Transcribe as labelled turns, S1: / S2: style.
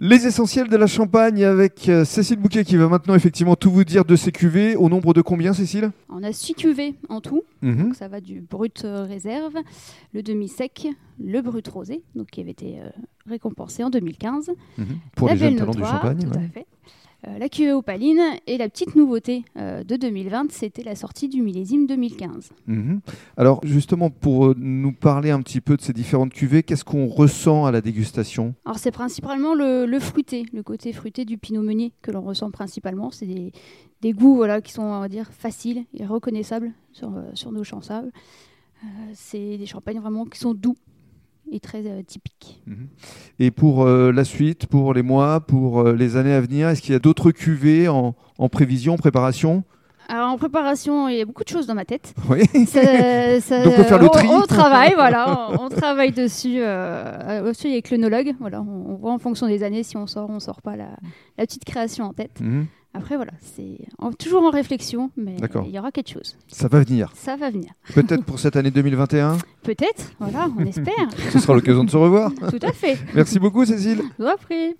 S1: Les essentiels de la Champagne avec euh, Cécile Bouquet qui va maintenant effectivement tout vous dire de ces cuvées. Au nombre de combien, Cécile
S2: On a 6 cuvées en tout.
S1: Mhm,
S2: Donc ça va du brut euh, réserve, le demi-sec, le brut rosé, donc qui avait été euh, récompensé en 2015.
S1: mhm. Pour
S2: la
S1: les jeunes
S2: Belle
S1: talents du
S2: Notoire,
S1: Champagne.
S2: tout
S1: ouais.
S2: à fait. Euh, la cuvée opaline et la petite nouveauté euh, de 2020, c'était la sortie du millésime 2015.
S1: Mhm. Alors justement, pour euh, nous parler un petit peu de ces différentes cuvées, qu'est-ce qu'on ressent à la dégustation
S2: Alors c'est principalement le, le fruité, le côté fruité du pinot meunier que l'on ressent principalement. C'est des, des goûts voilà, qui sont, on va dire, faciles et reconnaissables sur, euh, sur nos chansables. Euh, c'est des champagnes vraiment qui sont doux et très euh, typiques.
S1: Et pour euh, la suite, pour les mois, pour euh, les années à venir, est-ce qu'il y a d'autres cuvées en, en prévision, en préparation
S2: Alors en préparation, il y a beaucoup de choses dans ma tête.
S1: Oui.
S2: Ça- ça-
S1: Donc, faut faire le
S2: on-
S1: tri.
S2: On, travaille, voilà, on, on travaille dessus, euh, aussi avec l'œnologue. Voilà, on, on voit en fonction des années si on sort, on sort pas la, la petite création en tête.
S1: Mhm.
S2: Après voilà, c'est en- toujours en réflexion, mais
S1: D'accord.
S2: il y aura quelque chose.
S1: Ça va venir.
S2: Ça va venir.
S1: Peut-être pour cette année 2021,
S2: Peut-être, voilà, on espère.
S1: ce sera l'occasion de se revoir.
S2: Tout à fait.
S1: Merci beaucoup, Cécile.
S2: Je vous en prie.